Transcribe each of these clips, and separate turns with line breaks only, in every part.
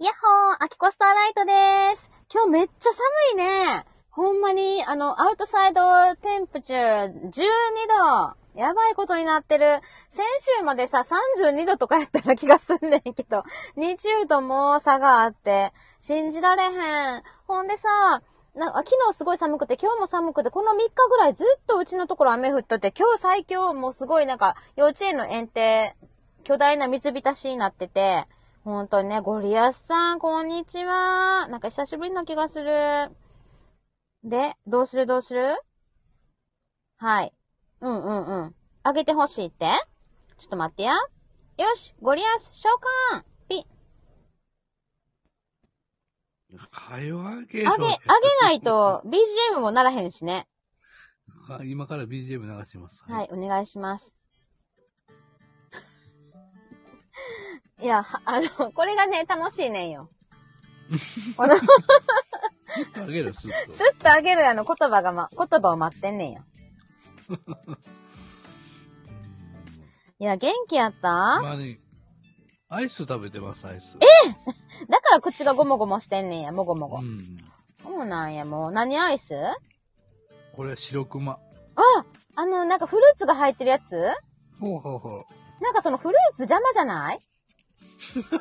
やっほー、アキコスターライトでーす。今日めっちゃ寒いね。ほんまに、あの、アウトサイドテンプチュー12度。やばいことになってる。先週までさ、32度とかやったら気がすんねんけど、20度も差があって、信じられへん。ほんでさ、なんか昨日すごい寒くて、今日も寒くて、この3日ぐらいずっとうちのところ雨降っとって、今日最強、もうすごいなんか、幼稚園の園庭、巨大な水浸しになってて、ほんとね、ゴリアスさん、こんにちは。なんか久しぶりな気がする。で、どうするどうするはい。うんうんうん。あげてほしいってちょっと待ってや。よし、ゴリアス、召喚ピ
はよあげろ
あげ、あげないと BGM もならへんしね。
あ今から BGM 流します。
はい、お願いします。いや、はあの、これがね、楽しいねん よ。この、ス
スッとあげる、スッと。
ッとあげるあの言葉がま、言葉を待ってんね んよ。いや、元気やった
まあね、アイス食べてます、アイス。
だから口がゴモゴモしてんねんや、もごも
う
ご。
ん。
そうなんや、もう。何アイス
これ、白熊。
ああの、なんかフルーツが入ってるやつ
ほうほうほ。
なんかそのフルーツ邪魔じゃないう
フ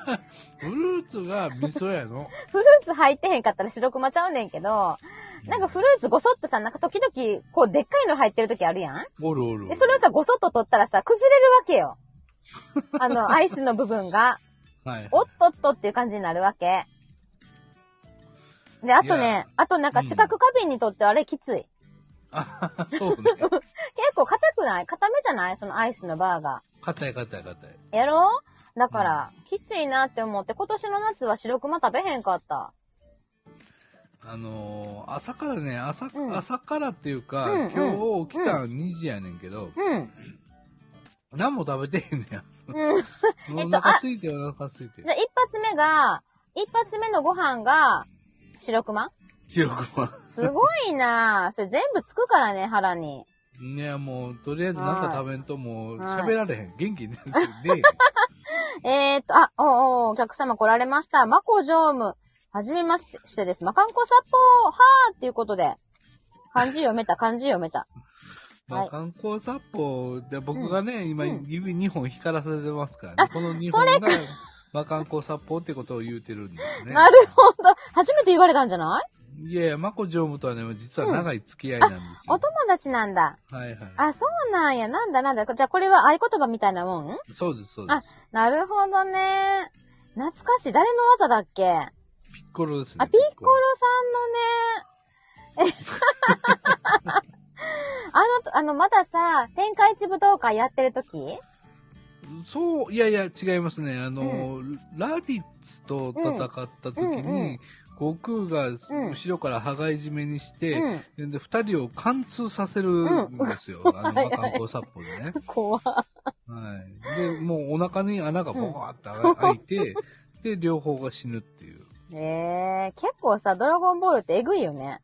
ルーツが味噌 やの。
フルーツ入ってへんかったら白熊ちゃうねんけど、なんかフルーツごそっとさ、なんか時々、こう、でっかいの入ってる時あるやん
おるおるお
で、
る。
それをさ、ごそっと取ったらさ、崩れるわけよ。あの、アイスの部分が、
はい。
おっとっとっていう感じになるわけ。で、あと
いや
ね、あとなんか知覚過敏にとってはあれきつい。
あ、そうね。
結構硬くない硬めじゃないそのアイスのバーが。
硬い硬い硬い。
やろうだから、きついなって思って、今年の夏は白熊食べへんかった。
あのー、朝からね、朝、
うん
朝からっていうか、
うんうん
今日起きたん2時やねんけど、
うん。
何も食べてへんねや。
うん。え
お
っと
腹空いて、お腹空いて
じ。ゃあ一発目が、一発目のご飯が、白熊
白熊。
すごいなぁ。それ全部つくからね、腹に。
いや、もう、とりあえずなんか食べんと、もう、
はい
喋られへん。元気にな ってね。
えーっと、あ、おお、お客様来られました。マコジョーム。はじめましてです。マカンコサポーはーっていうことで。漢字読めた、漢字読めた。
ま
はい
あ、観光殺法で僕がね、今
うん
指2本光らせてますからね。この2本が、まあ、観光殺法ってことを言うてるんですね。
なるほど。初めて言われたんじゃない
いやいや、マコ常務とはね、実は長い付き合いなんです
お
よ。
友達なんだ。
はいはい。
あ、そうなんや。なんだなんだ。じゃあこれは合言葉みたいなもん
そうです、そうで
あ、なるほどね。懐かしい。誰の技だっけあ、
す。ピッコロですね。
ピッコロさんのね。えあのと、あの、まださ、天下一武道会やってる時
そう、いやいや、違いますね。あの、ラディッツと戦った時
うんうんう
に、悟空が
ん
後ろから羽交い締めにし
う
て
ん、
で、二人を貫通させるんですよ。あの、まあ観光殺法でね。
怖
はい。で、もうお腹に穴がボワーって開開いて、で、両方が死ぬっていう。
ええ結構さ、ドラゴンボールってえぐいよね。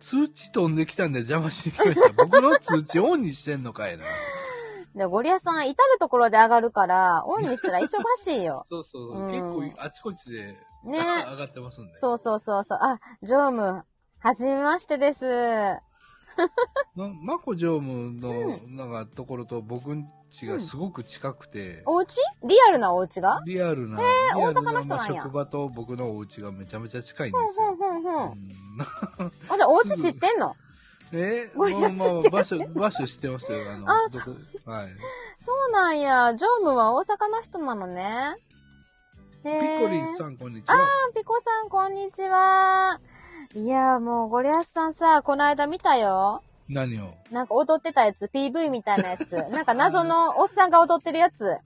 通知飛んできたんで邪魔してきました。 僕の通知オンにしてんのかいな。
で、ゴリアスさん、至るところで上がるから、オンにしたら忙しいよ
。そうそうそう
うん
結構あちこちで、
ね
上がってますんで。
そうそうそうそう。あ、ジョーム、はじめましてです。
ま、マコ常務の、なんか、ところと僕ん家がすごく近くて、
お家リアルなお家が
リアルな、
ー
リア
大
ル
阪の
な
人
まあ
なんや
職場と僕のお家がめちゃめちゃ近いんで
ほん
す
ほん
よ。
ほんほ。
うんん
あ、じゃあお家知ってんの
え
ゴリアス
まあまあ、場所、場所してますよ。あの、
あ
どこはい。
そうなんや。ジョームは大阪の人なのね。ピ
ピッコリンさん、こんにちは。
ピコさん、こんにちは。いや、もう、ゴリアスさんさ、この間見たよ。
何を
なんか踊ってたやつ、PV みたいなやつ。 なんか謎のおっさんが踊ってるやつ。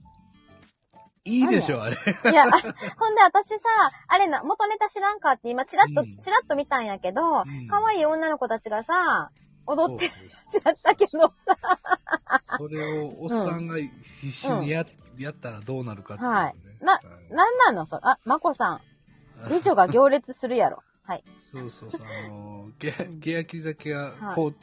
いいでしょ、あれ。
いや、あほんで私さ、あれな、元ネタ知らんかって今チラッと、
うん
チラッと見たんやけど
ん、
可愛、い女の子たちがさ、踊ってる
そ
や
う
つやったけどさ、
それをおっさんが必死にや,、やったらどうなるかっていう、ね。
はい。な、なんなのそれ、あ、まこさん、美女が行列するやろ。はい。
そうそうそう、あのー、け、欅酒屋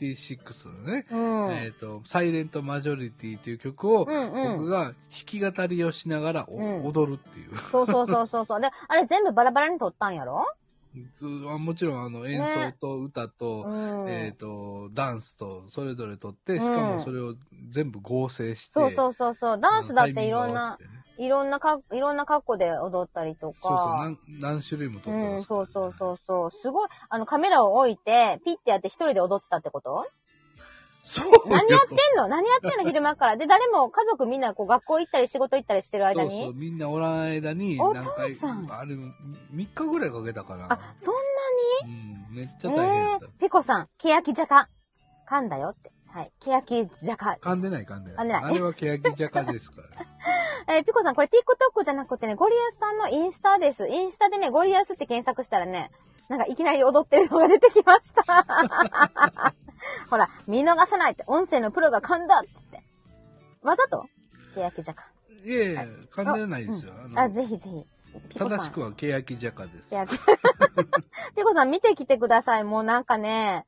46のね、
うん。
えっ、と、サイレントマジョリティという曲を、
うんうん
僕が弾き語りをしながらお、
うん
踊るっていう。
そうそうそうそうそう。で、あれ全部バラバラに撮ったんやろ
ずあもちろん、あの、演奏と歌と、
うん。
えっ、と、ダンスと、それぞれとって、しかもそれを全部合成して。
そうそうそうそう。ダンスだっていろん
あの
な
タ、イミングを合わせてね
いろんなか、いろんな格好で踊ったりとか。
そうそう何、何種類も撮ってま
う
す、
ん、そうそうそうそう。すごい、あの、カメラを置いて、ピッてやって一人で踊ってたってこと
そう。
何やってんの何やってんの昼間から。で、誰も家族みんなこう学校行ったり仕事行ったりしてる間
そう
に。
そう、みんなおらん間に、
お
何
父
回
さん
あれ、3日ぐらいかけたかな。
あ、そん
うん、めっちゃ
な
大
に
変だっ
えー、ピコさん、ケヤキジャカ。噛んだよって。はい。ケヤキジャカ。
た。噛んでない噛んで
噛
ない。
んでない
あれは欅坂ですから。
えーピコさん、これ TikTok じゃなくてね、ゴリアスさんのインスタです。インスタでね、ゴリアスって検索したらね、なんかいきなり踊ってるのが出てきました。 ほら、見逃さないって、音声のプロが噛んだって言って。わざとケヤキジャカ。
いえいえ、噛んでないですよ。あの
あ、ぜひぜひ。ピコさん
正しくは欅坂です
い。や、 ピコさん見てきてください。もうなんかね、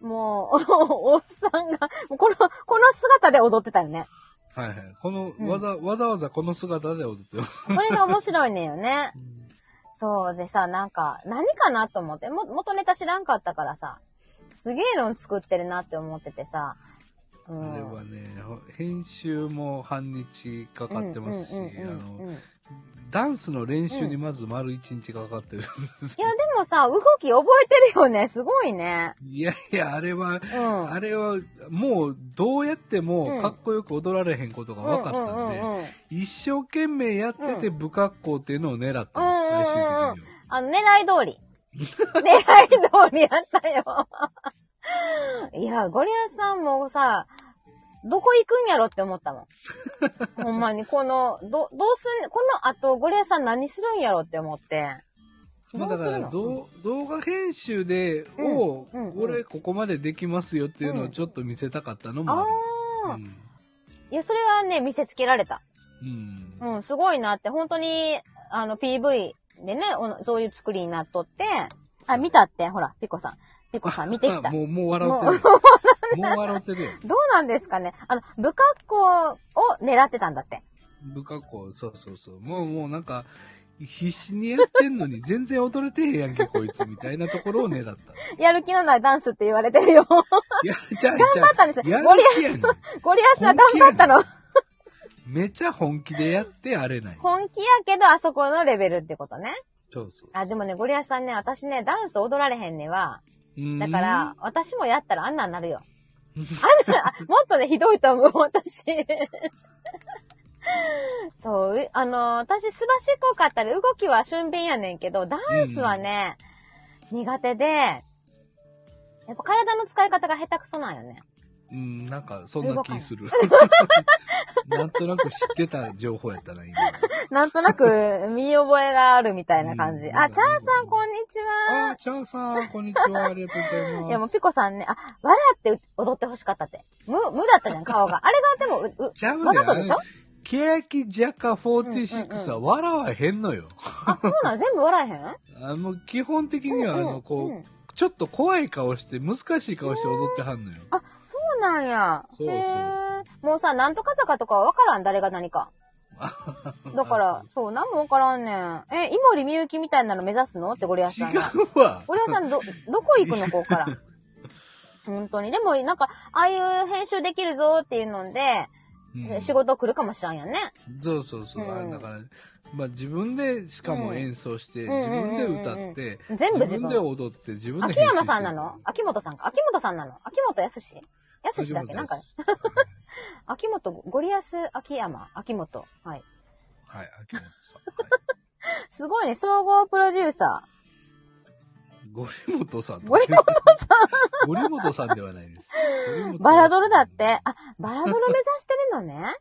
もう、 おっさんが、もうこの、この姿で踊ってたよね。
はいはい。この、
うん
わざ、わざわざこの姿で踊ってます。
それが面白いねんよね。そうでさ、なんか、何かなと思って、も、元ネタ知らんかったからさ、すげえの作ってるなって思っててさ、う
あれ
ん。
はね、編集も半日かかってますし、
うんうんう
あ
んうん
の、
うんい
ダンスの練習にまず丸一日かかってる んです
や、でもさ、動き覚えてるよね。すごいね。
いやいや、あれ
う
は、
ん。
あれは、もう、どうやって
う
も、
ん
かっこよく踊られへんことが分かったん
うんうん
で、
うんうん
一生懸命やってて、不格好っていうのを狙ったんで
う
す、
んうんうん
最終的には。
あの、狙い通り。 狙い通りやったよ。いや、ゴリアスさんもさ、どこ行くんやろって思ったも ん。ほんまに、この、ど、どうすん、この後、ゴリアスさん何するんやろって思って。
まあだから
どう
どう動画編集で、を
うんうん
俺ここまでできますよっていうの
う
を
ん
ちょっと見せたかったの
するの
も
あ
あ
あ、
る。
いや、それはね、見せつけられた。
うんうん
うん、すごいなって、本当に、あの、PV でね、おなそういう作りになっとって、あ、見たって、ほら、ピコさん。ピコさん見てきた
あ。もう、もう笑ってるよ。 もう笑ってるよ。
どうなんですかねあの、不格好を狙ってたんだって。
不格好、そうそうそう。もう、もうなんか、必死にやってんのに全然踊れてへんやんけ、こいつ、みたいなところを狙 った。
やる気のないダンスって言われてるよ。
いや、じゃあ、
頑張ったんですよ
じゃあ
ゴリ
やる気やね
ゴリアスは頑張ったの。
んめっちゃ本気でやってあれない。
本気やけど、あそこのレベルってことね。
そうそう。
あ、でもね、ゴリアスさんね、私ね、ダンス踊られへんねは。
うーん
だから、、私もやったらあんなんなるよ。あんな、あもっとね、ひどいと思う、私。 そう、うあのー私、すばしっこかったり、動きは俊敏やねんけど、ダンスはね、苦手で、やっぱ体の使い方が下手くそなんよね。
うん、なんか、そんな気する。 なんとなく知ってた情報やった な、今。
なんとな く見覚えがあるみたいな感じ。
うん
あ、チャーさん、こんにち
あ
は
ー、。チャーさん、こんにちは、ありがとうございます。
いや、もうピコさんね、あ、笑って踊ってほしかったって。無、無だったじゃん、顔 が。あれがでも、う、う、
ちゃうで
わざとでしょ
あのケヤキジャカ46は笑わへんのよ。
あ、そうなの全部笑えへん
あの、基本的には、あ
うんうん
の、こ
うん
う、ちょっと怖い顔して、難しい顔して踊ってはんのよ。
あ、そうなんや。
そうそう
へーもうさ、なんとか坂とかはわからん、誰が何 か。だから、そう、なんもわからんねん。え、井森美幸みたいなの目指すのってゴリアス
違
さんが。
うわ。
俺はさん、ど、どこ行くのここから。 本当に。でも、なんか、ああいう編集できるぞっていうので、
うん
仕事来るかもしらんやんね。
そうそうそう。あ
うん
だから、まあ自分で、しかも演奏して、
うん
自分で歌って、
うん全部自分
で踊って、自分で
秋
編集
山
して
さんなの秋元さんか。秋元さんなの秋元康し康しだっけなんか、秋元、ゴリアス、秋山、秋元。はい。
はい、秋元さん。
すごいね、総合プロデューサ
ゴリモトさん。
ゴリ
モトさん。ゴリモトさんではないです。ゴリモ
ー。
ト
バラドルだって。。あ、バラドル目指してるのね。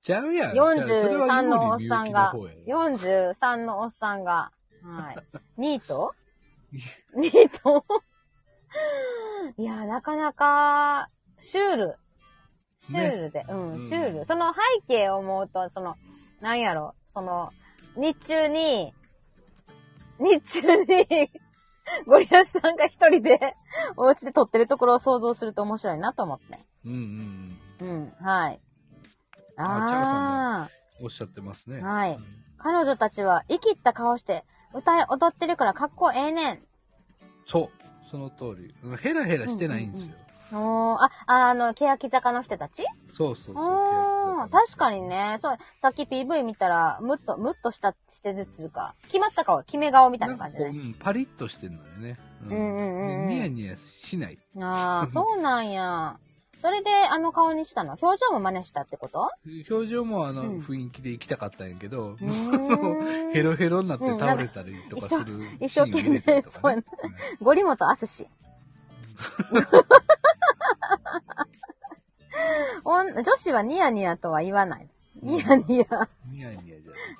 ちゃうやん。
43のおっさんが
それは井森美幸の方、や
43のおっさんが、 はい。ニートニート いや、なかなか、シュール。シュールで、う、
うんん
シュール。その背景を思うと、その、なんやろ、その、日中に、日中に ゴリアスさんが一人で、お家で撮ってるところを想像すると面白いなと思って。
うんうんうん。
うん、はい。
あチャオさ
あ
おっしゃってますね。
はい
うん
ー、彼女たちは生きった顔して、歌い踊ってるからかっこええねん。
そう。その通り。ヘラヘラしてないんですよ。
おーあ、あの、欅坂の人たち
そうそうそ
あー
う。
確かにね。そう、さっき PV 見たら、ムッと、ムッとした、してるっつうか、決まった顔、決め顔みたいな感じ
な
で、
んかこ
ね。
ううん、パリッとしてんのよね。う
うんうんうん
ニヤニヤしない。
ああ、そうなんや。それで、あの顔にしたの表情も真似したって こと
表情もあの、
うん
雰囲気で行きたかったんやけど、
うーん
ヘロヘロになって倒れたりとかする
うんなんか一
シー
生
ン見れたりとか、ね。
一生ゴリモとアスシ。 おん女子はニヤニヤとは言わない。ニヤニヤ。
うんニヤニヤじゃない。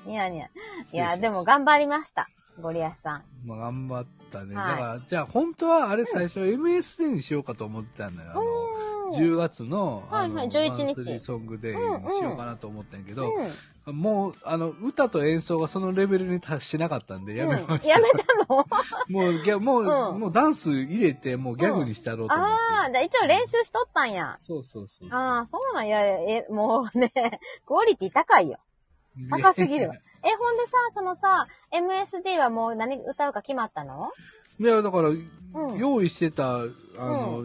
ニヤニヤ。い
失礼しま
や、
した
でも頑張りました。ゴリアスさん。
まあ、頑張ったね。
はい
だから、じゃあ本当はあれ最初 MSD にしようかと思ってたんだよ。あの10月の、
はいは
あの
い11
マンスリーソングデーにしようかなと思ったんやけど、
うん
もう、あの、歌と演奏がそのレベルに達してなかったんで、やめまし
やめたの
た。もう、ギャもう、
うん
もうダンス入れて、もうギャグにしたろうと思って。
ああ、じゃあ一応練習しとったんや。
そうそうそう。
ああ、そうなんや。え、もうね、 クオリティ高いよ。高すぎるわ。え、ほんでさ、そのさ、MSD はもう何歌うか決まったの
いや、だから、
ん
用意してた、あの、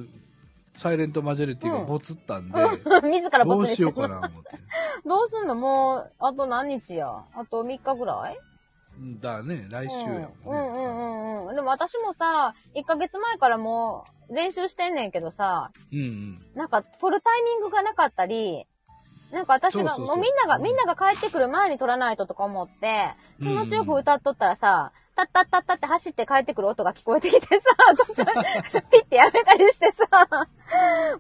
サイレントマジェリティがボツったんで、
自ら
ど
ボ
う
ツに
しようか
な。
な、思って。
どうすんのもう、あと何日やあと3日ぐらい
だね、来週やもんね。
うんうんうんうん。でも私もさ、1ヶ月前からもう練習してんねんけどさ、
うんうん。
なんか撮るタイミングがなかったり、なんか私が、
そうそう
も
そうう
みんなが、みんなが帰ってくる前に撮らないととか思って、気持ちよく歌っとったらさ、タッタッタッタって走って帰ってくる音が聞こえてきてさ、 途中、ピッてやめたりしてさ、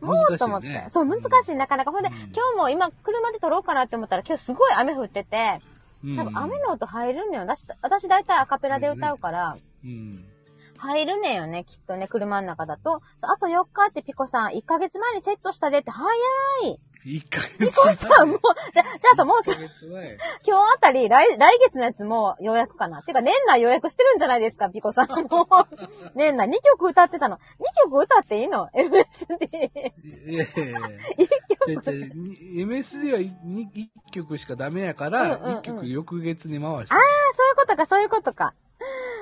もうと思って。
難しいね
そう、難しい、なかなか。ほんで、
うん
今日も今車で撮ろうかなって思ったら、今日すごい雨降ってて、
うん
多分雨の音入るんだよ。私、私大体アカペラで歌うから、
うん。
入るねんよね、きっとね、車の中だと。そうあと4日ってピコさん、1ヶ月前にセットしたでって早い。
一ヶ月
ピコさ んもう、じゃ、じゃあさ、もうさ
一、ヶ月前
今日あたり、来、来月のやつも予約かな。てか、年内予約してるんじゃないですか、ピコさんも。年内2曲歌ってたの。2曲歌っていいの ?MSD。
いやいやいや。違う違うに MSD は1曲しかダメやか
うんうんうん
ら、1曲翌月に回して。
ああ、そういうことか、そういうことか。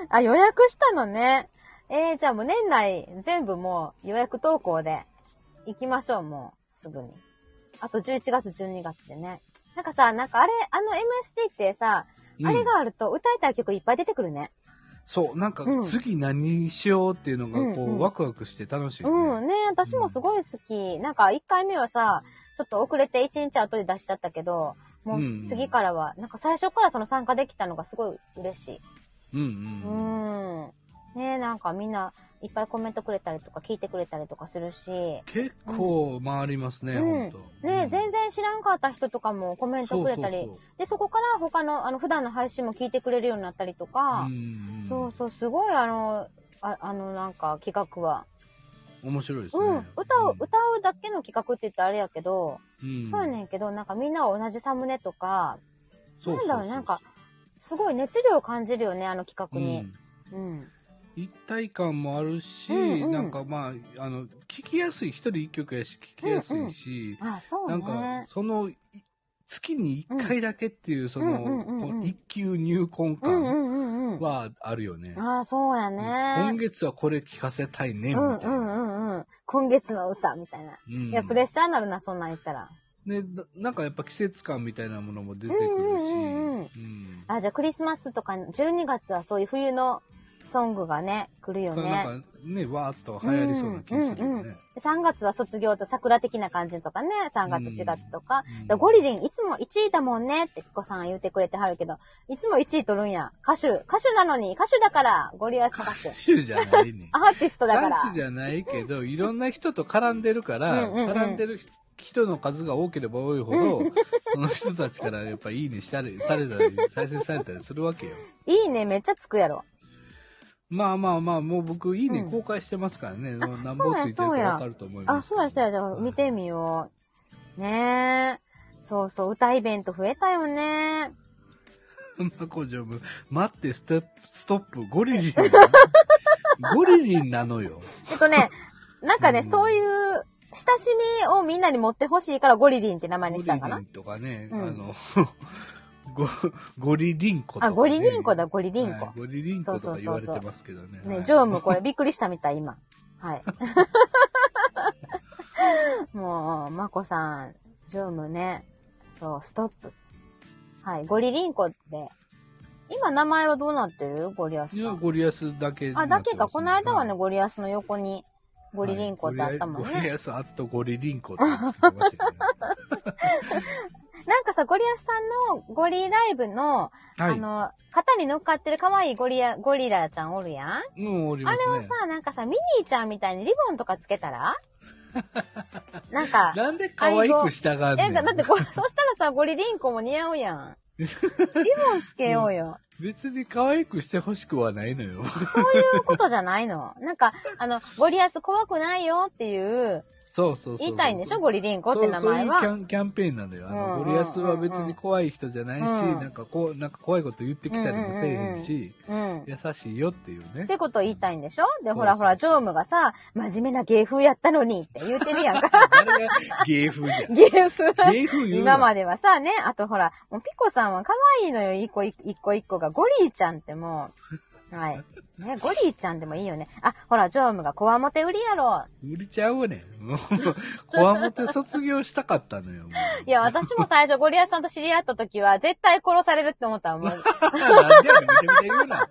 あ、予約したのね。えー、じゃあもう年内全部もう予約投稿で行きましょう、もう、すぐに。あと11月、12月でね。なんかさ、なんかあれ、あの MSD ってさ、
うん
あれがあると歌いたい曲いっぱい出てくるね。
そう、なんか
うん
次何しようっていうのが、こ
うんうん
う、ワクワクして楽しいよね。
うんね、私もすごい好き。なんか1回目はさ、ちょっと遅れて1日後で出しちゃったけど、も
うん
う次からは、なんか最初からその参加できたのがすごい嬉しい。
うん
う
うん。
ん。ねえ、なんかみんないっぱいコメントくれたりとか聞いてくれたりとかするし、ね
結構回りますね、
うん
ほんと。
え、全然知らんかった人とかもコメントくれたり、
そうそう
で、そこから他の、あの、普段の配信も聞いてくれるようになったりと
そう
か
う、んん
そうそう、すごいあの、ああの、なんか企画は。
面白いですね。
うん。歌を、歌うだけの企画って言ったらあれやけど、
うん
そうやねんけど、なんかみんなが同じサムネとか、
そうそ
な
うそう
んだろうなんかすごい熱量を感じるよね、あの企画に。うん。
一体感もあるし、
うんうん
なんかまあ、あの、聞きやすい、一人一曲やし、聞きやすいし、
あ、そう
な
ね。
んか、その、い月に一回だけっていう、その、
うんうんうんうんうん
こう一級入魂
うんう
感
んうんうん。
はあるよね。
ああ、そうや
今
ね。
月はこれ聞かせたいね、み
うん
たいうな。
んうんうん。今月の歌みたいな。
うん
いや、プレッシャーになるな、そんなん言ったら。
ねななんかやっぱ季節感みたいなものも出てくるし、
うんうんうんうん
うん
あ、じゃあクリスマスとか12月はそういう冬のソングがね、来るよ
そうな
ね。
んかね、わーっと流行りそうな気がするよね。
うんうんうん3月は卒業と桜的な感じとかね、3月
うん
4月とか。
うん
でゴリリン、いつも1位だもんねってピコさん言うてくれてはるけど、いつも1位取るんや。歌手、歌手なのに、歌手だから、ゴリアス歌手。。
手じゃないね
アーティ ストだから。
歌手じゃないけど、いろんな人と絡んでるから、
うんうんうん
絡んでる人の数が多ければ多いほど、その人たちからやっぱいいねしたり、されたり、再生されたりするわけよ。
いいね、めっちゃつくやろ。
まあまあまあ、もう僕、いいね
うん
公開してますからね。もうなん
そう
ぼ
や
ついてるかわかると思い
あ、
ます。
そうや、そうや、じゃあ見てみよう。ねえ。そうそう、歌イベント増えたよね。
まこじょむ、待って、ステップ、ストップ、ゴリリン。ゴリリンなのよ。
えっと ね、なんかね、
うん
そういう親しみをみんなに持ってほしいからゴリリンって名前
ゴ
に
リ
したんかな
リンとかね、
うん
あの、 ゴゴリリンコとか、
あ、
ね。
ゴリリンコだ、ゴリリン
はい
コ。
ゴリリンコと
そう
か
そうそ
言わ
う
れ
そう
てますけどね。は
ね、
い
ジョームこれびっくりしたみたい、今。はい。 もう、まこさん、ジョームね。そう、ストップ。はい、ゴリリンコって。今名前はどうなってるゴリアス
い
さ
や、
ん。
ゴリアスだけになっ
あ、
てま
だ
すね。
けか、この間はね、
はい、
ゴリアスの横にゴリリンコってあったもん
ゴリ
ね。
アスアットゴリリンコって言ってましたけ どね
なんかさ、ゴリアスさんのゴリライブの、
は
あ
い。
の、肩に乗っかってる可愛いゴリラ、ゴリラちゃんおるやん、
もうおり
あ
ま
れ
す
を
ね。
さ、なんかさ、ミニーちゃんみたいにリボンとかつけた らなんか、
なんで可愛くしたがんね
え、
ん
だって これ、そしたらさ、ゴリリンコも似合うや ん。リボンつけようよ。
別に可愛くしてほしくはないのよ。
そういうことじゃないの。なんか、あの、ゴリアス怖くないよっていう、
そうそうそう。
言いたいんでしょ
リ
ゴリリンコって名前
そう
は。
いうキャンキャンペーンなのよ。あの、
うん
ゴリアスは別に怖い人じゃないし、
うんうん
なんかこう、なんか怖いこと言ってきたりもせえへんし、
うん。
優しいよっていうね
っ。てことを言いたいんでしょで、
そう
ほらほら、ジョームがさ、真面目な芸風やったのにって言ってるやん か。
誰が芸風じ
芸風。
ゃん。芸風言うな。
今まではさ、ね、あとほら、もうピコさんは可愛いのよ、一個一個一個一個が。ゴリーちゃんってもう、はい。ね、ゴリーちゃんでもいいよね。あ、ほら、ジョームがこわもて売りやろ。
売りちゃうねん。もう、こわもて卒業したかったのよ。もう
いや、私も最初、ゴリアスさんと知り合った時は、絶対殺されるって思ったわ もう。
なんでやねんめちゃめちゃ言う な。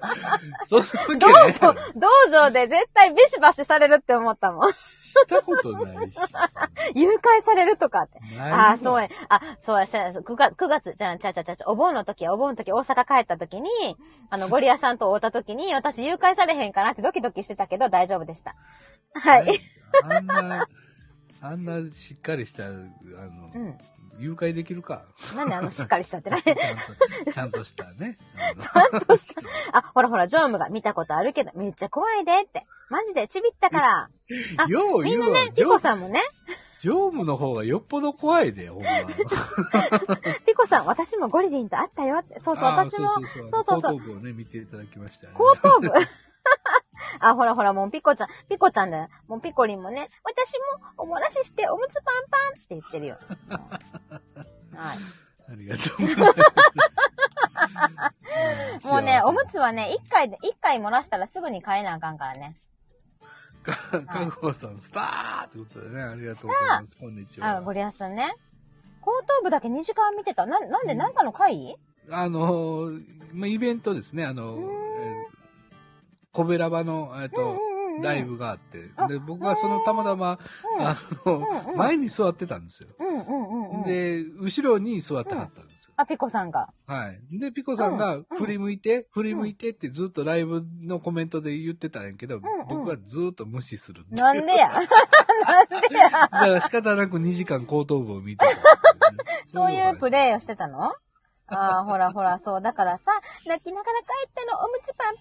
そんなわけ
道
ないや
場
ろ。、
道場で絶対ビシバシされるって思ったもん。
したことないし。
誘拐されるとかって。
ないわ
ああ、そうや。あ、そうや、そうや、9月、9月、じゃあ、ちゃうちゃうちゃうちゃう、お盆の時や、お盆の時、大阪帰った時に、あ の、ゴリアスさんと会った時に、私誘拐されへんかなってドキドキしてたけど、大丈夫でした。はい。
あんな、あんなしっかりした、あの、
うん。
誘拐でき るか。
なんであの、しっかりしたってな
ちゃんと、ちゃんとしたね。あの
あ、ほらほら、ジョームが見たことあるけど、めっちゃ怖いでって。マジで、ちびったから。あ
よう
みん
言
な
うわ
ね、
ジ
ピ
ョ
コ
ー
さんもね、
ジョームの方がよっぽど怖いで、ほんま。
ピコさん、私もゴリリンと会ったよって。そうそう、
あー
私も、そうそうそう
後頭、部をね、見ていただきましたね。
後頭部。 あ、ほらほら、もうピコちゃん、ピコちゃんだよ。もうピコリンもね、私もおもらししておむつパンパンって言ってるよ。はい。
ありがとうございます。
もうね、おむ
つ。
つはね、一回で、一回漏らしたらすぐに変えなあかんからね。
かぐほさん、スターってことでね、ありがとうございます。こんにち
あ、
は
ゴ。リアスさんね。後頭部だけ2時間見てた。な、なんで、なんかの会
あのー、まあイベントですね、あのー、えーコベラバの、えっ
うん
と、
うんうん。
ライ。ブがあって
あ、
で、僕はそのたまたま、あ
うんう
の、
ん
前に座ってたんですよ。
うんうんうんうん。
で、後ろに座ってはったんですよ。
あ、ピコさんが。
はい。で、ピコさん
う
が
んうん
振り向いて、振り向いてってずっとライブのコメントで言ってたんやけど、
うん
僕はずっと無視するっていう
なんでやなんでや
だから仕方なく2時間後頭部を見てた、
そういうプ
イ。
レイをしてたのああ、ほらほら、そう。だからさ、泣きながら帰ったの、おむつパンパンや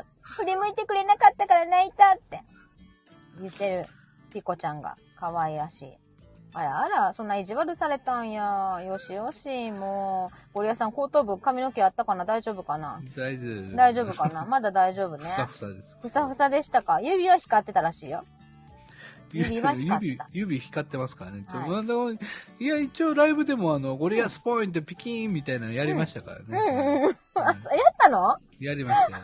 けど、振り向いてくれなかったから泣いたって。言ってる、ピコちゃんが。可愛らしい。あらあら、そんな意地悪されたんや。よしよし、もう。ゴリアさん、後頭部、髪の毛あったかな大丈夫かな
大丈夫。
大丈夫かなまだ大丈夫ね
ふ。さふさです。
ふさふさでしたか指は光ってたらしいよ。指は光った
指、指光ってますからね。ちょ
はい
まあでもい、や、一応ライブでもあの、ゴリアスポイントピキーンみたいなのやりましたからね。
うんうんうん。あ、やったの
やりましたよ。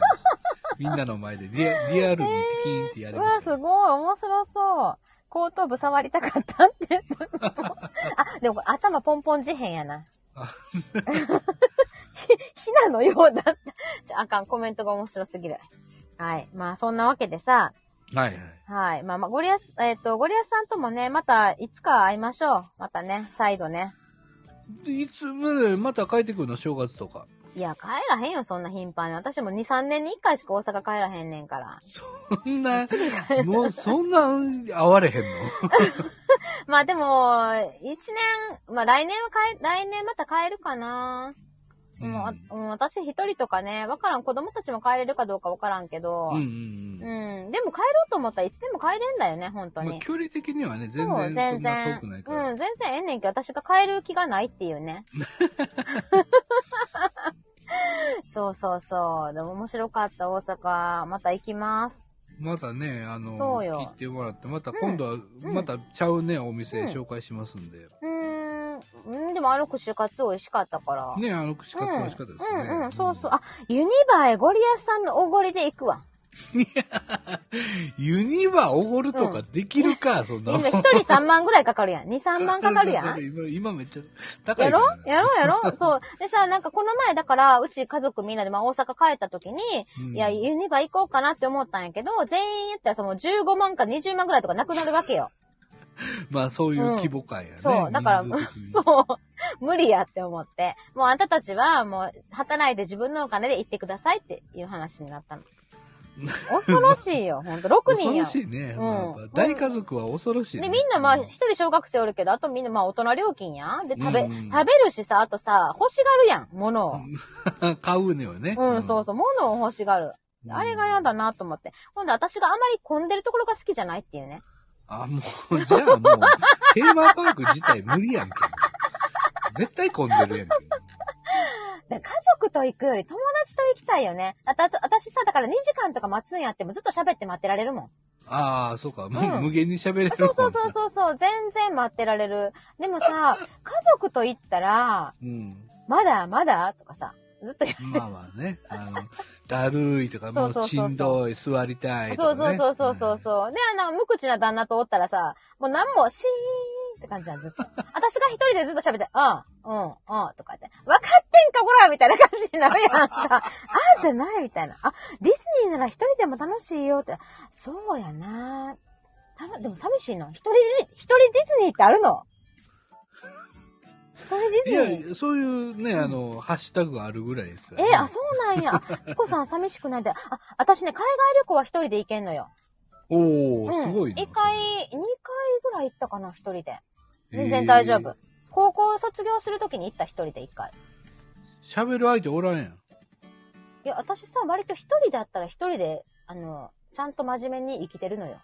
みんなの 前でリアリアルにピキーンってやり
う
ました
わ、
よ。
すごい、面白そう。後頭部触りたかったって 言ってた。あ、でもこれ頭ポンポン事変やな。
あ
ひなのようだった。ちょあかん、コメントが面白すぎる。はい。まあ、そんなわけでさ、
はいはい。
はい。まあまあ、ゴリアス、えっ、と、ゴリアスさんともね、また、いつか会いましょう。またね、再度ね。
でいつまでまた帰ってくるの正月とか。
いや、帰らへんよ、そんな頻繁に。私も2、3年に1回しか大阪帰らへんねんから。
そんな、もうそんな会われへ んの
まあでも、1年、まあ来年は帰、来年また帰るかな。もうあ、うん、私一人とかね、わからん、子供たちも帰れるかどうかわからんけど、
う
うん
うん
ん、でも帰ろうと思ったらいつでも帰れんだよね、本
う
当
ん。まあ
に。
距離的にはね、全
そう
然そんな遠くないか
う
ら。
ん、全然ええねんけど、私が帰る気がないっていう ね。そうそうそう。でも面白かった、大阪。また行きます。
またね、あの、
そうよ
行ってもらって、また今度は、
ん
またちゃうね、お店
うん
紹介しますんで。
うーん、うん、でもあの串カツ美味しかったから。
ね、あの、串カツ美味しかったですね。
うんうん、そうそう。あ、ユニバーへゴリアスさんのおごりで行くわ。
ユニバおごるとかできるか、そんな
今
もん。
一人3万ぐらいかかるやん。2、3万 かかるやん。
今今めっちゃ高い。
やろやろやろそう。でさ、なんかこの前だから、うち家族みんなで、まあ大阪帰った時に、
うん
いや、ユニバ行こうかなって思ったんやけど、全員やったらさ、もう15万か20万ぐらいとかなくなるわけよ。
まあ、そういう規模 感やね。
そう。だから、
人数的 に
そう。無理やって思って。もうあんたたちは、もう、働いて自分のお金で行ってくださいっていう話にな ったの。恐ろしいよ、ほんと。6人
恐
や
ろ
ん。
しいね。
うん
まあ大家族は恐ろしいね。
で、みんなまあ、一人小学生おるけど、あとみんなまあ、大人料金やん。で、食べ、
うんうん
食べるしさ、あとさ、欲しがるやん、物を。
買うのよね。
うん、そうそう、物を欲しがる。
うん
あれが嫌だなと思って。ほんで、私があまり混んでるところが好きじゃないっていうね。
あ、もう、 じゃあもう、テーマパーク自体無理やんけ。絶対混んでるやんけ。
で家族と行くより友達と行きたいよね。あた、私さ、だから2時間とか待つんやってもずっと喋って待ってられるもん。
ああ、そうか。もう
うん
無限に喋れるもんね
そうそうそうそうそう、全然待ってられる。でもさ、家族と行ったら、
うん。
まだまだとかさ、ずっと言う
まあまあね。あの、だるいとか、
そ
も
うそうそう
うしんどい、座りた
そ
いと
うそ
か、
う
ね。
そうそうそう
そ
そう。で、あの、無口な旦那とおったらさ、もう何も、シーンって感じじゃん、ずっ と。私が一人でずっと喋って、うん、うん、うん、とか言って、分かってんか、こらみたいな感じになる やんか。ああ、じゃないみたいな。あ、ディズニーなら一人でも楽しいよって。そうやなたのでも寂しいな。一人で、一人ディズニーってあるの一人ディズニー
いや、そういうね、あの、ハッシュタグがあるぐらいですから、
え
ね。
あ、そうなんや。あピコさん寂しくないで。あ、私ね、海外旅行は一人で行けんのよ。
おお、
うん
すごいな。
一回、二回ぐらい行ったかな、一人で。全然大丈夫。
えー
高校卒業するときに行った一人で一回。
喋、る相手おらんやん。
いや、私さ、割と一人だったら一人で、あの、ちゃんと真面目に生きてるのよ。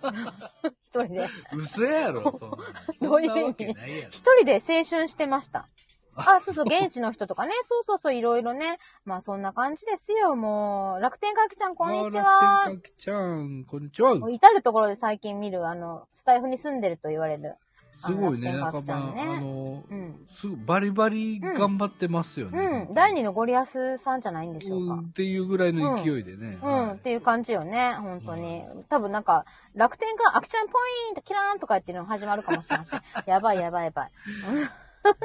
一人で。
嘘やろ、そんな。
どう
そ
いう
ん
意味
なわけないやろ
一。人で青春してました。あ、 そうそう、現地の人とかね。そうそうそう、いろいろね。まあ、そんな感じですよ、もう。楽天かきちゃん、 こんにち
あ
は
ら。。天かきちゃん、こんにちは
も。う至るところで最近見る、あの、スタイフに住んでると言われる。
すごいね、
あ
な
の楽
んか
天か
ま
きちゃ
あ、
んね
あの、
うん。
すバリバリ頑張ってますよね。
うん。第二のゴリアスさんじゃないんでしょうか。
うんっていうぐらいの勢いでね。
うん、っていう感じよね、本当に。多分なんか、楽天が、アキちゃんポイントキラーンとかやってるの始まるかもしれないし。 やばいやばいやばい。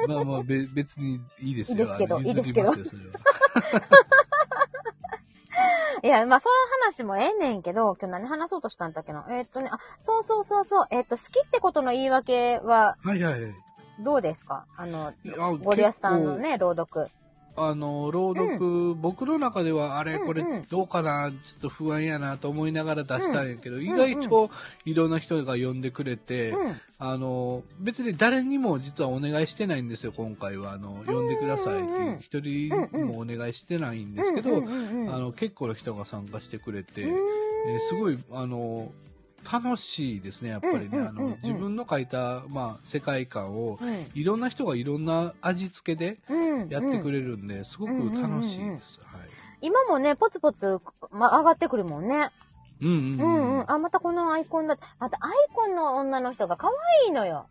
まあまあ、べ別にいいですよ。
いいですけど
あの譲りますよそれはい
や、まあ、その話もええねんけど、今日何話そうとしたんだっけな。えーっとね、あ、そうそうそうそう、えーっと、好きってことの言い訳は
はいはいはい。
どうですかあの、
いや
ゴリアスさんのね、朗読。
あの、朗読、僕の中では、あれ、こ
うんう
れ
ん
どうかな、ちょっと不安やなと思いながら出したんやけど、意外といろんな人が呼んでくれて、
うん。
あの、別に誰にも実はお願いしてないんですよ、今回は。あの、呼んでくださいっ
うんうん、
ていううん一人もお願いしてないんですけ
う
ど
ん、うんうんうん
あの、結構な人が参加してくれて、
うーん
えーすごい、あの、楽しいですね、やっぱりね。
うん
あ
うんうんうん
の、自分の書いた、まあ、世界観を、
うん
いろんな人がいろんな味付けで
うん。
やってく
る。
れるんで、すごく楽しいです。はい。
今もね、ポツポツ、ま、上がってくるもんね。
うん
う
うんん
う
うん
ん。。あ、またこのアイコンだ。またアイコンの女の人が可愛いのよ。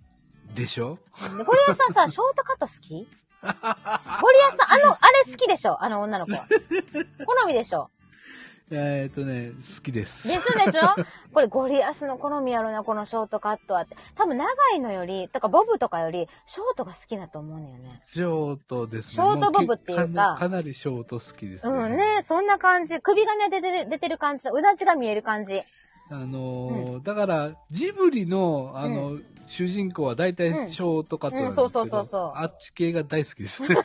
でしょ
でゴリアスさ んさ、ショートカット好きゴリアスさん、あの、あれ好きでしょあの女の子は。好みでしょ
えーっとね、好きです。
でしょで しょこれゴリアスの好みやろな、このショートカットはって。多分長いのより、とかボブとかより、ショートが好きだと思うのよね。
ショートですね。
ショートボブっていうか
もなかなりショート好きですね。
うんね、そんな感じ。首がね、出てる、出てる感じ。うなじが見える感じ。
あのーだから、ジブリの、あの、主人公は大
うん
体ショートカットなんですけ
うん
ど、
そうそうそうそう
あっち系が大好 きですね。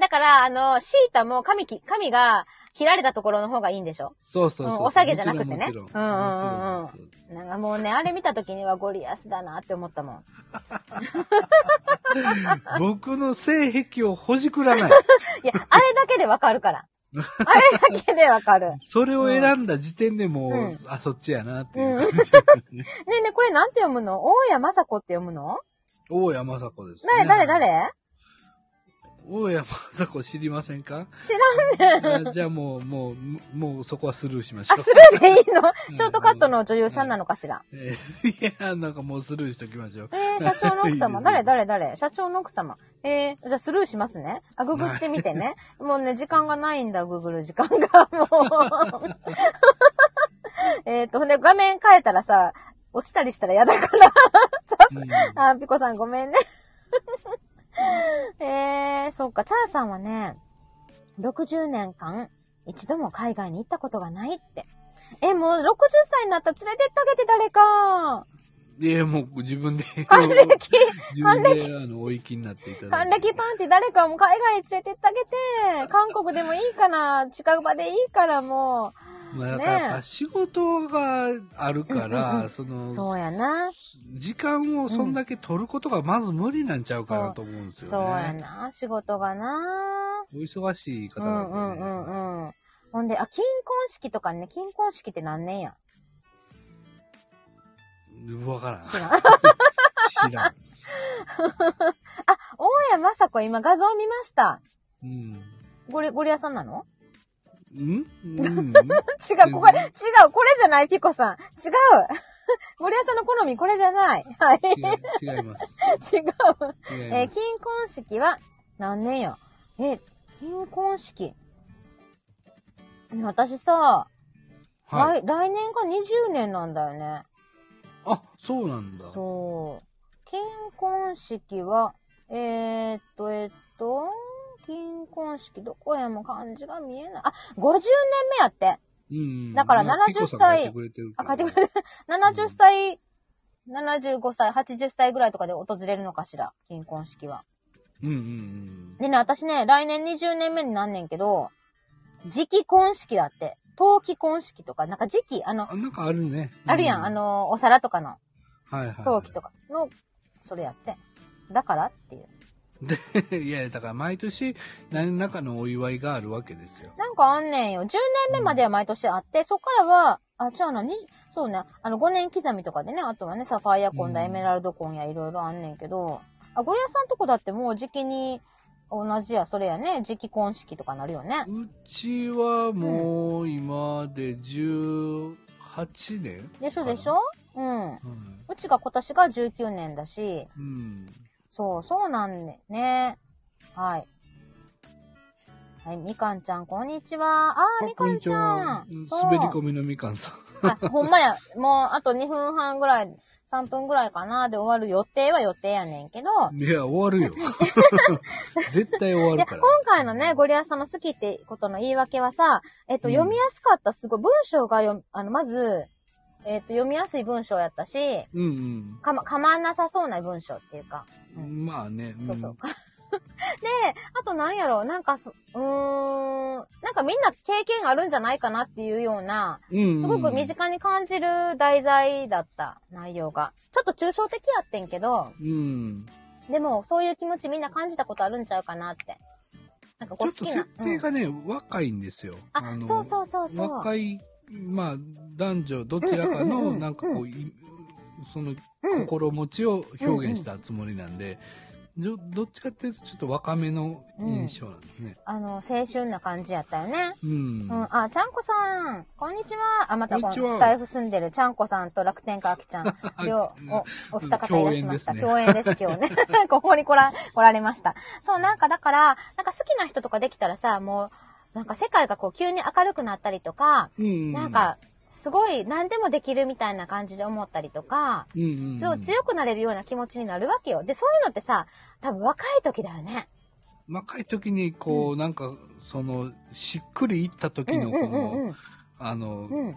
だから、あの、シータも髪き、髪が切られたところの方がいいんでしょ
そうそうそう
う
そ
ん
う。
お下げじゃなくてね
もちろんもちろん
うんうんうん
もちろんです
なんかもうね、あれ見た時にはゴリアスだなって思ったもん。
僕の性癖をほじくらない。
いや、あれだけでわかるから。あれだけでわかる。ね
それを選んだ時点でもう、
うん
あ、そっちやなっていう
うん
感じですね。
えねえ、これなんて読むの大谷雅子って読むの
大山さ子です、ね。
誰、誰、誰
大山雅子知りません か
知らんねん。
あじゃあもう、もう、もうそこはスルーしましょ
あ、
う。
スルーでいいのショートカットの女優さんなのかしら。
えーいや、なんかもうスルーしときましょう。
えー、社長の奥様。
いいですね
誰誰誰社長の奥様。えー、じゃあスルーしますね。あ、ググってみてね。もうね、時間がないんだ、ググる時間が。も う。えっと、ほんで、画面変えたらさ、落ちたりしたら嫌だから。
うん
あ、ピコさんごめんね。えー、そっか、チャーさんはね、60年間、一度も海外に行ったことがないって。え、もう60歳になったら連れてってあげて誰か。
いや、もう自分で、
還暦、
自分で、あの、お行きになっていただ
還
いて。
暦パンティ誰かもう海外に連れてってあげて、韓国でもいいから、近場でいいからも
まあ、だからやっぱ
ね
仕事があるか
うんうんう
ら、
ん、
そうの、
そうやな。
時間をそんだけ取ることがまず無理なんちゃうかなと思うんですよね。
そうやな、仕事がな。
お忙しい方
う
なん
ん
で、
う
ね
んうんうん。ほんで、あ、金婚式とかね、金婚式って何年や
わからん。
知
知
らん。
らん。
大谷雅子、今画像見ました。
うん。
ゴリ、ゴリ屋さんなの
んうん。
違う、ここ違う、これじゃない、ピコさん。違う。 ゴリ屋さんの好み、これじゃない。はい。違
違う違います。
う。
違います
えー金婚式は何年やえ、金婚式。ね私さ、
はい。
来、来年が20年なんだよね。
あ、そうなんだ。
そう。金婚式は、えー、っと、えっと、金婚式、どこやも漢字が見えない。あ、50年目やって。
うん。
だから
まあ
70歳
ピコさんがやってくれてるけ
あ、
ど
書いて くれてる。70歳、75歳、80歳ぐらいとかで訪れるのかしら。金婚式は。
うんうんうん。
でね、私ね、来年20年目になんねんけど、時期婚式だって。冬季婚式とか、なんか時期、あの、
あなんかあるね。
あるや、
うんん
あ、の、お皿とかの、
はいはい。
陶器とかの、それやって。だからっていう。
で、 いや、だから毎年何らかのお祝いがあるわけですよ。
なんかあんねんよ。10年目までは毎年あって、そっからは、あ、違うな、に、そうね、あの、5年刻みとかでね、あとはね、サファイア婚だ、
うん
エメラルド婚や、いろいろあんねんけど、あ、ゴリアさんとこだってもう時期に、同じや、それやね、時期婚式とかなるよね。
うちはもう今で18年
でしょでしょうん。
うん。
うちが今年が19年だし、
うん。
そう、そうなんね。ね。はい。はい、みかんちゃん、こんにちは。あー、みかんちゃん。
うん
そう
滑り込みのみかんさん。
あ、ほんまや。もう、あと2分半ぐらい、3分ぐらいかな、で終わる予定は予定やねんけど、
いや、終わるよ。 絶対終
で、
わる
今
から。
回のね、ゴリアスさんの好きってことの言い訳はさ、えっと、
うん
読みやすかった、すごい。文章が読み、あの、まず、えっと、読みやすい文章やったし、
うん
かま、かまんなさそうな文章っていうか。
う
うん
ん。まあね。ん
そうそう。。 で、あとなんやろ、なんかす、うーん、なんかみんな経験あるんじゃないかなっていうような、
うん。
すごく身近に感じる題材だった内容が。ちょっと抽象的やってんけど、
うん。
でもそういう気持ちみんな感じたことあるんちゃうかなって。なんかこ
ちょ
う
っ
好
と
きな
設。定
うん
がね、若いんですよ。
あ、そう
う。
そうそうそう。
若い、まあ、男女どちらか
うんうんうん
の、
うん
なんかこう、いその、
うん。
心持ちを表現したつもりなんで、じょどっちかっていうと、ちょっと若めの印象なんですね。
あの、青春な感じやったよね。
うん。
うん。あ、ちゃんこさん。こんにちは。あ、またこ
こん
の
にちは
スタイフ住んでるちゃんこさんと楽天家あきちゃん。両、お、お二方いらっしゃいました。共
共
演です、今日ね。 ここに来ら、来られました。そう、なんかだから、なんか好きな人とかできたらさ、もう、なんか世界がこう急に明るくなったりとか、
うん
なん、か、すごい何でもできるみたいな感じで思ったりとか、
うんうんうん、
すごい強くなれるような気持ちになるわけよ。で、そういうのってさ、多分若い時だよね。
若い時に、こう、なんか、その、しっくりいった
う
時
ん
の、
う
この、
んうんうん。
あの、
うん、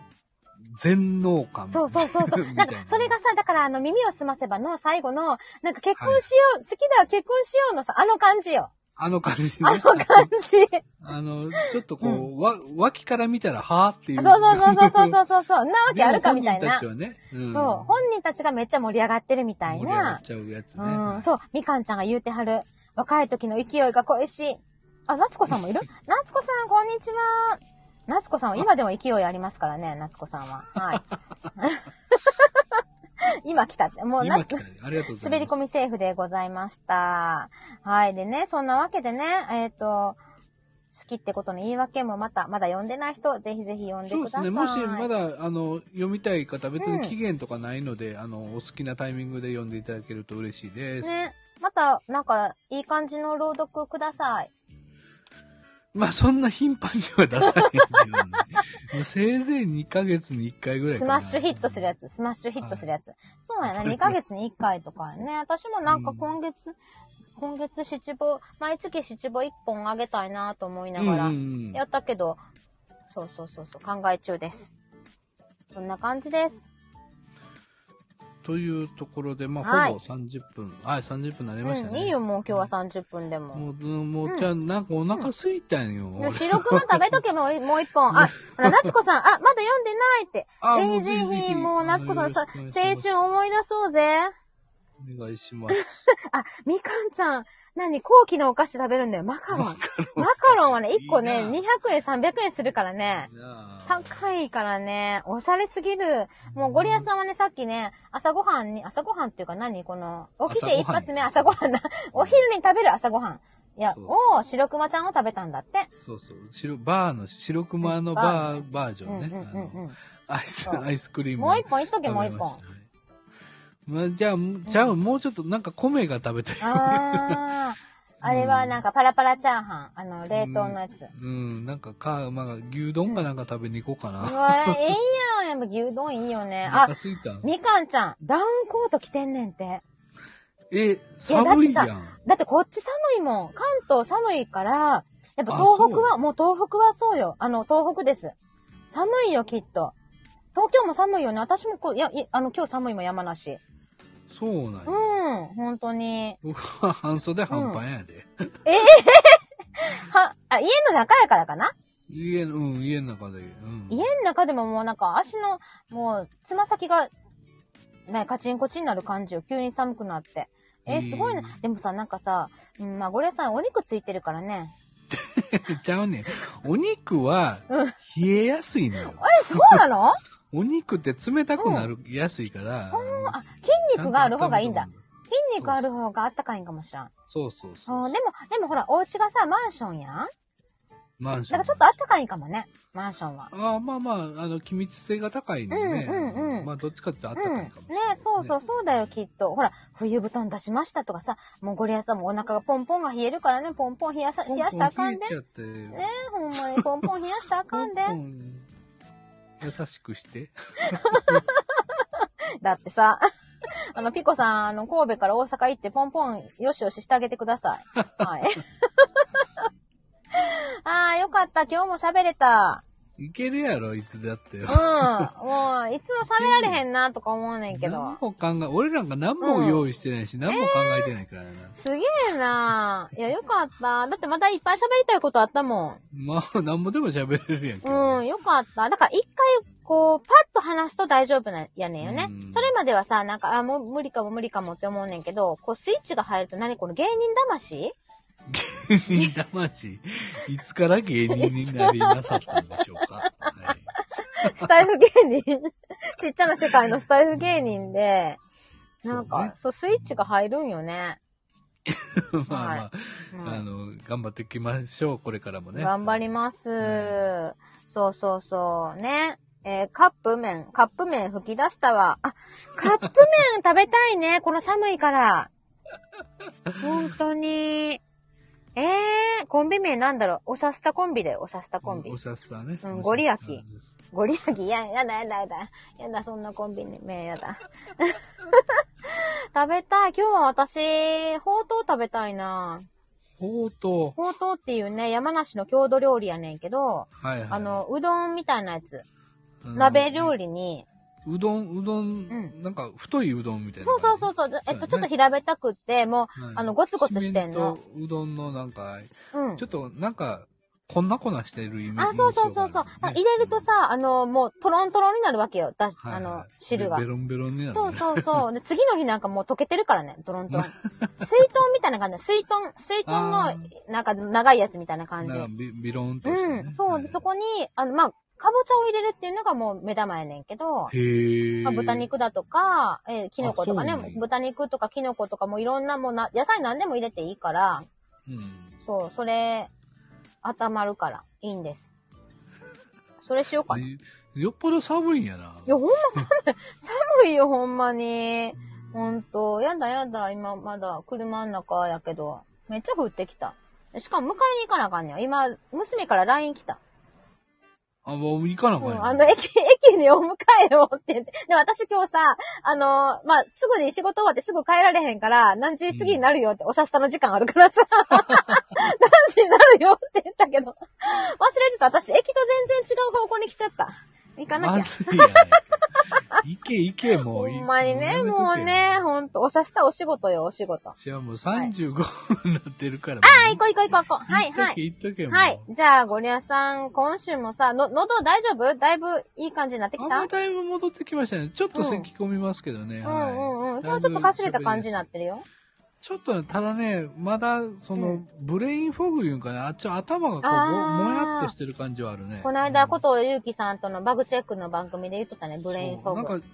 全能感。
そうそうそうそう。
みた
ないんか、それがさ、だからあの、耳をすませばの最後の、なんか結婚しよう、好きだ、結婚しようのさ、あの感じ よ。
あの感じ
あ
ね
の。感じ。
あの、ちょっとこう、わ、脇から見たら、はぁっていう。
そうそうそうそうそうそうそう。んなわけあるかみたい
でも
な。
本人たちはね、うん、
そう。本人たちがめっちゃ盛り上がってるみたい
盛り上がっ
な。
ちゃうやつね。
うん。そう。みかんちゃんが言うてはる。若い時の勢いが恋しい。あ、なつこさんもい るなつこさん、こんにちは。な つこさんは今でも勢いありますからね、なつこさんは。はい。今来たって。もうな
今
ん
来た
か
ね。ありがとうございます。
滑り込みセーフでございました。はい。でね、そんなわけでね、えっ、と、好きってことの言い訳もまた、まだ読んでない人、ぜひぜひ読んで
そう
く
で
ださ
す
い。
ね。もしまだ、あの、読みたい方、別
うん
に期限とかないので、あの、お好きなタイミングで読んでいただけると嬉しいです。
ね、また、なんか、いい感じの朗読ください。
まあ、そんな頻繁には出さないけ どね。もうせいぜい2ヶ月に1回ぐらい
ス
か
マッ
な。
シュヒットするやつ、スマッシュヒットするやつ。そうやな、2ヶ月に1回とか ね。私もなんか今月、今月七五、毎月七五1本あげたいなと思いながら
うんうんうん
やったけど、そうそうそうそう、考え中です。そんな感じです。
というところで、ま
は
あ、
い
ほぼ30分。はい、30分になりました
うん、
ね。
いいよ、もう今日は30分でも。
もう、もう、じゃあ、なんかお腹すいたんよ。
でも白熊食べとけもう、もう一本。あ、ほら、夏子さん、あ、まだ読んでないって。
あ
ぜ
も
ひ
うぜひ
ぜ
ぜ
ひ、
ひ
もう夏子さんさ、
お願い
青
します
春思い出そうぜ。
お願いします。
あ、みかんちゃん、何、後期のお菓子食べるんだよ。マカロン。マカロンはね、1個ね、
いい
200
な
円、300円するからね。
なあ
高いからね、おしゃれすぎる。もうゴリアスさんはね、さっきね、朝ごはんに、朝ごはんっていうか何この、起きて一発目朝
朝
ご
ご
はんな。お昼に食べる朝ごはん。いや、
そう
を、白熊ちゃんを食べたんだって。
そうそう。白、バーの、白熊のバー、バージ
う
ョ
ん
ン
うん
ね。
うんうん。
あのアイス、
そう
アイスクリーム。
もう一本いっとけ、もう一
食
本。
べましたはいまあ、じゃあ、じゃあ、もうちょっと、なんか米が食べたい。
あー。 あれはなんかパラパラチャーハン。あの、冷凍のやつ。
うん、なんか、か、まあ、牛丼かなんか食べに行こうか
う
な。
わ、ええやん。やっぱ牛丼いいよね。
お
あ
腹、すいた。
みかんちゃん、ダウンコート着てんねんて。
え、寒いや
いやだ
ん。
だってこっち寒いもん。関東寒いから、やっぱ
あ
東北
そ
は、
う
もう東北はそうよ。あの、東北です。寒いよ、きっと。東京も寒いよね。私もこう、いや、いあの、今日寒いもん、山梨。
そうなん
う
や。
ん、本当に。
僕は半袖半パンやで。
は、あ、家の中やからかな
家の、うん、家の中で。うん。
家の中でももうなんか足の、もう、つま先が、ね、カチンコチンになる感じよ。急に寒くなって。え
うん
すごいな。でもさ、なんかさ、うん、まあ、ゴリラさん、お肉ついてるからね。
ちゃうねん。お肉は、冷えやすいのよ。
え、そうなの
お肉って冷たくなる、やすいから。
あ、筋肉がある方がいいんだ。筋肉ある方があったかいんかもしらん。
そうそうそう。
あーでも、でもほら、お家がさ、マンションやんだ
マンシ
か
ョン。
らちょっとあったかいんかもね、マンションは。
ああ、まあまあ、あの、気密性が高いんでね。
うんうんうん
まあ、どっちかって言った
う
ら
ん。
暖か
ね
いかも、
そうそう、そうだよ、きっと。ほら、冬布団出しましたとかさ、もうゴリアスさんもお腹がポンポンが冷えるからね、ポンポン冷やさ、冷やしたらあかんで。
ポ
ね
ンポン冷えちゃって。
え、ほんまにポンポン冷やしたらあかんで。
ポンポン優しくして。
だってさ、 あの、ピコさん、あの、神戸から大阪行って、ポンポン、よしよししてあげてください。はい。 ああ、よかった。今日も喋れた。
いけるやろ、いつだってよ。
うん。もう、いつも喋られへんなとか思うねんけど
何。も考え、俺なんか何も用意してないし、何も考えてないからな。
すげえないや、よかった。だってまたいっぱい喋りたいことあったも
まあ、何もでも喋れるやんけ。
ん。うん、よかった。だから一回、こう、パッと話すと大丈夫なんやねんよね
う。ん
それまではさ、なんか、あ、もう無理かも無理かもって思うねんけど、こう、スイッチが入ると何この芸人 魂
芸人魂、いつから芸人になりなさったんでしょうか。はい
スタイフ芸人 ちっちゃな世界のスタイフ芸人で、なん
そう
か
ね、
そう、スイッチが入るんよね。
まあまあ、
うん
あの、頑張っていきましょう、これからもね。
頑張ります。そうそうそう。ね。えーカップ麺、カップ麺吹き出したわ。あ、カップ麺食べたいね。 この寒いから。本当に。えー、コンビ名なんだろう。おしゃすたコンビだよ。おしゃすたコンビ
お。しゃすさね。
うんゴリラキゴリラギ、や、やだやだやだ。やだ、そんなコンビニ名やだ。 食べたい。今日は私、ほうとう食べたいな。
ほうと
ほうとうっていうね、山梨の郷土料理やねんけど、
う。はいはい。
あの、うどんみたいなやつ。
うん、
鍋料理に、
うどん、うど
ん
ん、なんか、太いうどんみたいな。
そうそうそうそう、えっと、ちょっと平べったくって、もう、
はい
あの、ゴツゴツしてんの。
きしめんとうどんのなんか、
うん
ちょ。っとなんか、こんなこなしてるイメージ。
あ、そうそうそうそう。あ入れるとさ、あの、もう、トロントロンになるわけよ。だし、
はい
あ
はい、
の、汁が
ベ。ロンベロンになる、ね。
そうそうそう。で、次の日なんかもう溶けてるからね、ドロントロン。水筒みたいな感じ。水筒、水筒の
あー、
なんか長いやつみたいな感じ
な。んかビビロンとして、ね。
うん、そう。で、そ
こ。
こに、あの、まあ、かぼちゃを入れるっていうのがもう目玉やねんけど、
へえ。
まあ、豚。肉だとか、えーキノコとかね
あそうなんや
豚肉とかキノコとかもいろんなもんな、野菜何でも入れていいから、
うん。
そう、それ、温まるから、いいんです。それしようかな。い
ねよっぽど寒いんやな。
や、ほんま寒い、寒いよ、ほんまに。ほんと、やだやだ、今まだ車ん中やけど、めっちゃ降ってきた。しかも迎えに行かなあかんねん。今、娘から LINE 来た。
あ、もう行かなあかん
う
や
ん、
ん
あの、駅、駅にお迎えをって言って。で、私今日さ、あのまあ、すぐに仕事終わってすぐ帰られへんから、何時過ぎになるよって、おしゃスタの時間あるからさ、何時になるよって言ったけど、忘れてた。私、駅と全然違う方向に来ちゃった。行かなき
ま
ゃ。
ずいやん。行け行け、も
ほ
う。
んまにね、もうね、。ほんと、おしゃスタお仕事よ、お仕事。
じゃあもう35分になってるから。
あ、行こう行こう行こう。はい、はい。
行っとけ、行っとけ、もう
はい。じゃあ、ゴリアさん、今週もさ、の、喉大丈夫だいぶいい感じになってき
あ、も
た
うだいぶ戻ってきましたね。ちょっと咳込みますけどね。
う
はい
んうんうん。今日ちょっとかすれた感じになってるよ。
ちょっとね、ただね、まだ、そうの
ん、
ブレインフォグいうんかな、あっちょ頭がこう、
あー
ぼもやっとしてる感じはあるね。
この間、ことをゆうきさんとのバグチェックの番組で言っとったね、ブ
ブ
レインフォグ。
なんか、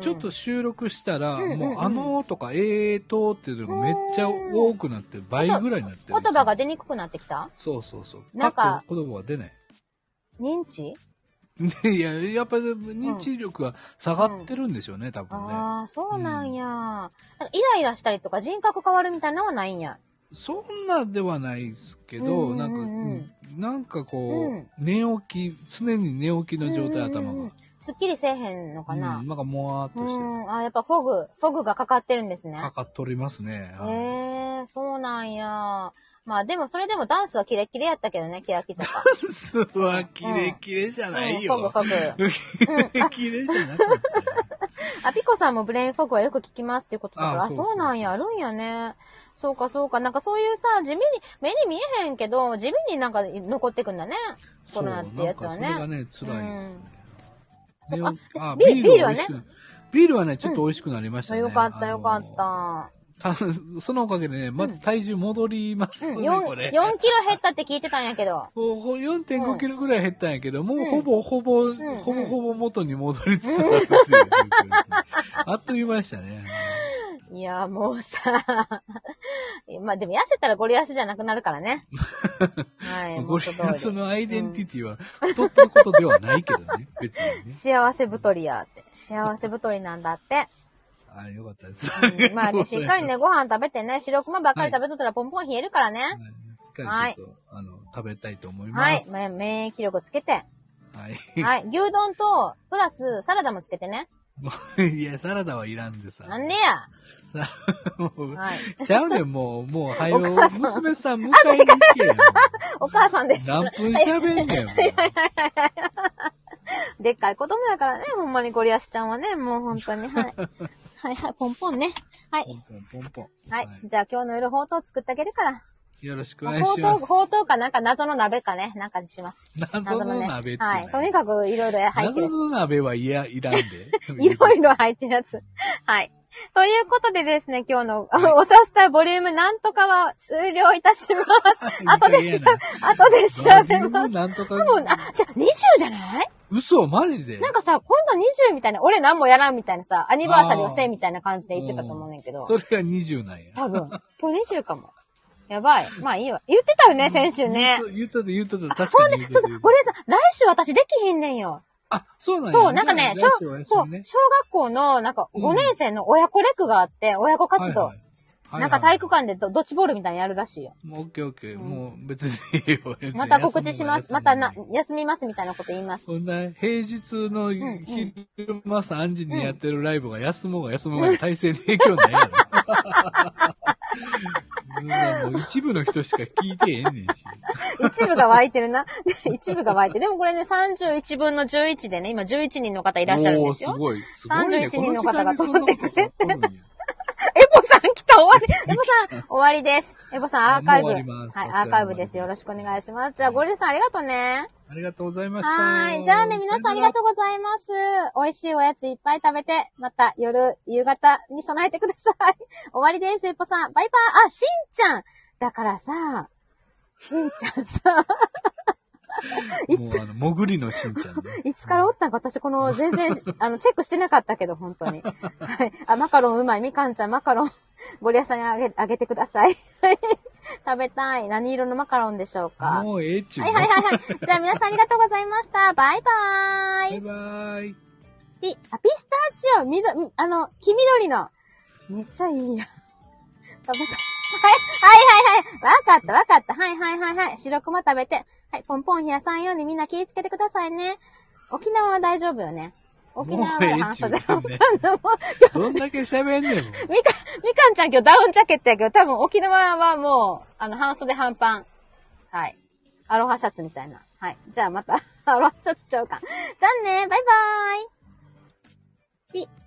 ちょっと収録したら、
うんうんう
も
ん
う、あのーとか、ええーとーっていうのがめっちゃ多くなって、倍ぐらいになって
言
る。
葉が出にくくなってきた
そうそうそう。
なんか
パッと言葉は出ない。
認知
でいや、やっぱり認知力が下がってるんでしょうね、多分ね。
ああ、そうなんや。なんかイライラしたりとか人格変わるみたいなのはないんや。
そんなではないですけ
う
ど、
んうん
なんか、
う
うんんなんか
う
こ
ん
う、寝起き、常に寝起きの状態、頭
うんうんう
が
ん。。すっきりせえへんのかな
うん、。なんかもわーっ
う
としてる。
ん。あーやっぱフォグ、フォグがかかってるんですね。
かかっとりますね。
へえ ー、そうなんや。まあでもそれでもダンスはキレッキレやったけどね、キラキ坂。
ダンスはキレキレじゃ ない
うん
よ
フ。ォグフォグ。
キレキレじゃなかったよ。
あ、ピコさんもブレインフォグはよく聞きますっていうことだから、
あ
あ、
そうそう
そうなんや、あるんやね。そうか、そうか。なんかそういうさ、地味に、目に見えへんけど、地味になんか残ってくんだね。コロナってやつはね。
そうなんかそれがね、辛いですね。
うん
で
そっ
あ
ビビールは
美
ね
味しくなビールはね、ちょっと美味しくなりましたね。
よかった、よか
あ
っ
の
た。
たそのおかげでね、ま、体重戻ります
うん、
ね、
4、
こ
4
れ。
キロ減ったって聞いてたんやけど。
そうほ4.5キロぐらい減ったんやけど、もうほぼほぼ、
ん
ほぼほぼ元に戻りつつあるっていう状況ですねあっという間でしたね。
いや、もうさ。 まあでも痩せたらゴリ痩せじゃなくなるから ね。はい、
ゴ
元
リ
通り
アスのアイデンティティは太ってることではないけどね、別にね。
幸せ太りやって。幸せ太りなんだって。
あよかったです。
うん まあね、しっかりね、
はい
ご飯食べてね、白熊ばっかり食べとったらポンポン冷えるからね。
しっかりちょっと、あの、食べたいと思い
は
ま
い
す。。
め免疫力つけて。
はい。
はい。牛丼と、プラス、サラダもつけてね。
もうい や、サラダはいらんでさ。
なんでや。
さもう
はい。
ちゃうねん、もう、もう、はよ、
お母さん
娘さん迎えに行けよ。
お母さんです。
何分喋んねん。もう
でっかい子供やからね、ほんまにゴリアスちゃんはね、もう本当に。 はい。はいはい、ポンポンね。はい。
ポンポンポンポン。
はい。じゃあ今日の夜、ほうとう作ってあげるから。
よろしくお
ま
願
あ
い
ほう
し
と
ま
う、
す。
ほうとうかなんか謎の鍋かね、なんかにします。
謎の鍋って。
はい。とにかくいろいろ入って
謎
る。。
の鍋はいや、いらんで
いろいろ入ってるやつ。はい。ということでですね、今日の、おしゃスタボリュームなんとかは終了いたし ます。後でしら、後で調べます。
なんとか
多。分、あ、じゃあ20じゃない
嘘、マジで。
なんかさ、今度20みたいな、俺何もやらんみたいなさ、アニバーサリーをせえみたいな感じで言ってたと思うねんけど、
それが20なんや。
多分、今日20かも。やばい。まあいいわ。言ってたよね、先週ね。
言っとった、言っとった。確
ほ
か
ん
に
で
言、
そ
っと
う
った
そう、これさ、来週私できひんねんよ。
あ、そうなんや。
そう、なんかね、
じ
小
ゃあ、来週
そう
お休みね
小学校の、なんか
うん
5年生の親子レクがあって、親子活動
はい。はい
なんか体育館でドドッジボールみたいなのやるらしいよ。
もうオッケーオッケー。もう別にいいよ。別に
また告知します。
休む
ま
のは
た
休むの
な、休みますみたいなこと言います。
そんな平日の昼間3時にやってるライブが休もうが休もうが体制に影響ないやろ。そんなもう一部の人しか聞いてえんねんし。
一部が湧いてる な。一部が湧いて。でもこれね、31分の11でね、今11人の方いらっしゃるんですよ。
おーすごい。すごい、
31人の方が
この時間にそんなことが起こるんや
エボさん来た終わり。エボさん終わりです。エボさんアーカイブ。
もう
は
終
い、
わります
アーカイブです。よろしくお願いします。じゃあ、ゴリラさんありがとうね。
ありがとうございました。
はーい。じゃあね、皆さんありがとうございます。美味しいおやついっぱい食べて、また夜、夕方に備えてください。 終わりです、エボさん。バイバイ。あ、しんちゃん。だからさ、しんちゃんさ、い
も
つ
う、あの、潜りのしんちゃ んね。
いつからおったんか私この全然、 あの、チェックしてなかったけど、本当に。はい。あ、マカロンうまい。みかんちゃん、マカロン、ゴリアさんにあげ、あげてください。 はい食べたい。何色のマカロンでしょうか。
もうええっちゅう
は
の。
いはいはいはい。じゃあ皆さんありがとうございました。バイバーイ。
バイバイ。
ピ、あ、ピスタチオ、みど、みあの、黄緑の。めっちゃいいやん。食べた。はい、はいはいはい。わかったわかった。はいはいはいはい。白熊食べて。はい、ポンポン冷やさんようにみんな気をつけてくださいね。沖縄は大丈夫よね。沖縄まで半袖。みかん、
もうええっちゅうねどんだけ喋んねんもん。
みかんちゃん今日ダウンジャケットやけど、多分沖縄はもう、あの、半袖半パン。はい。アロハシャツみたいな。はい。じゃあまた、アロハシャツちゃうか。じゃあね、バイバーイ。ピ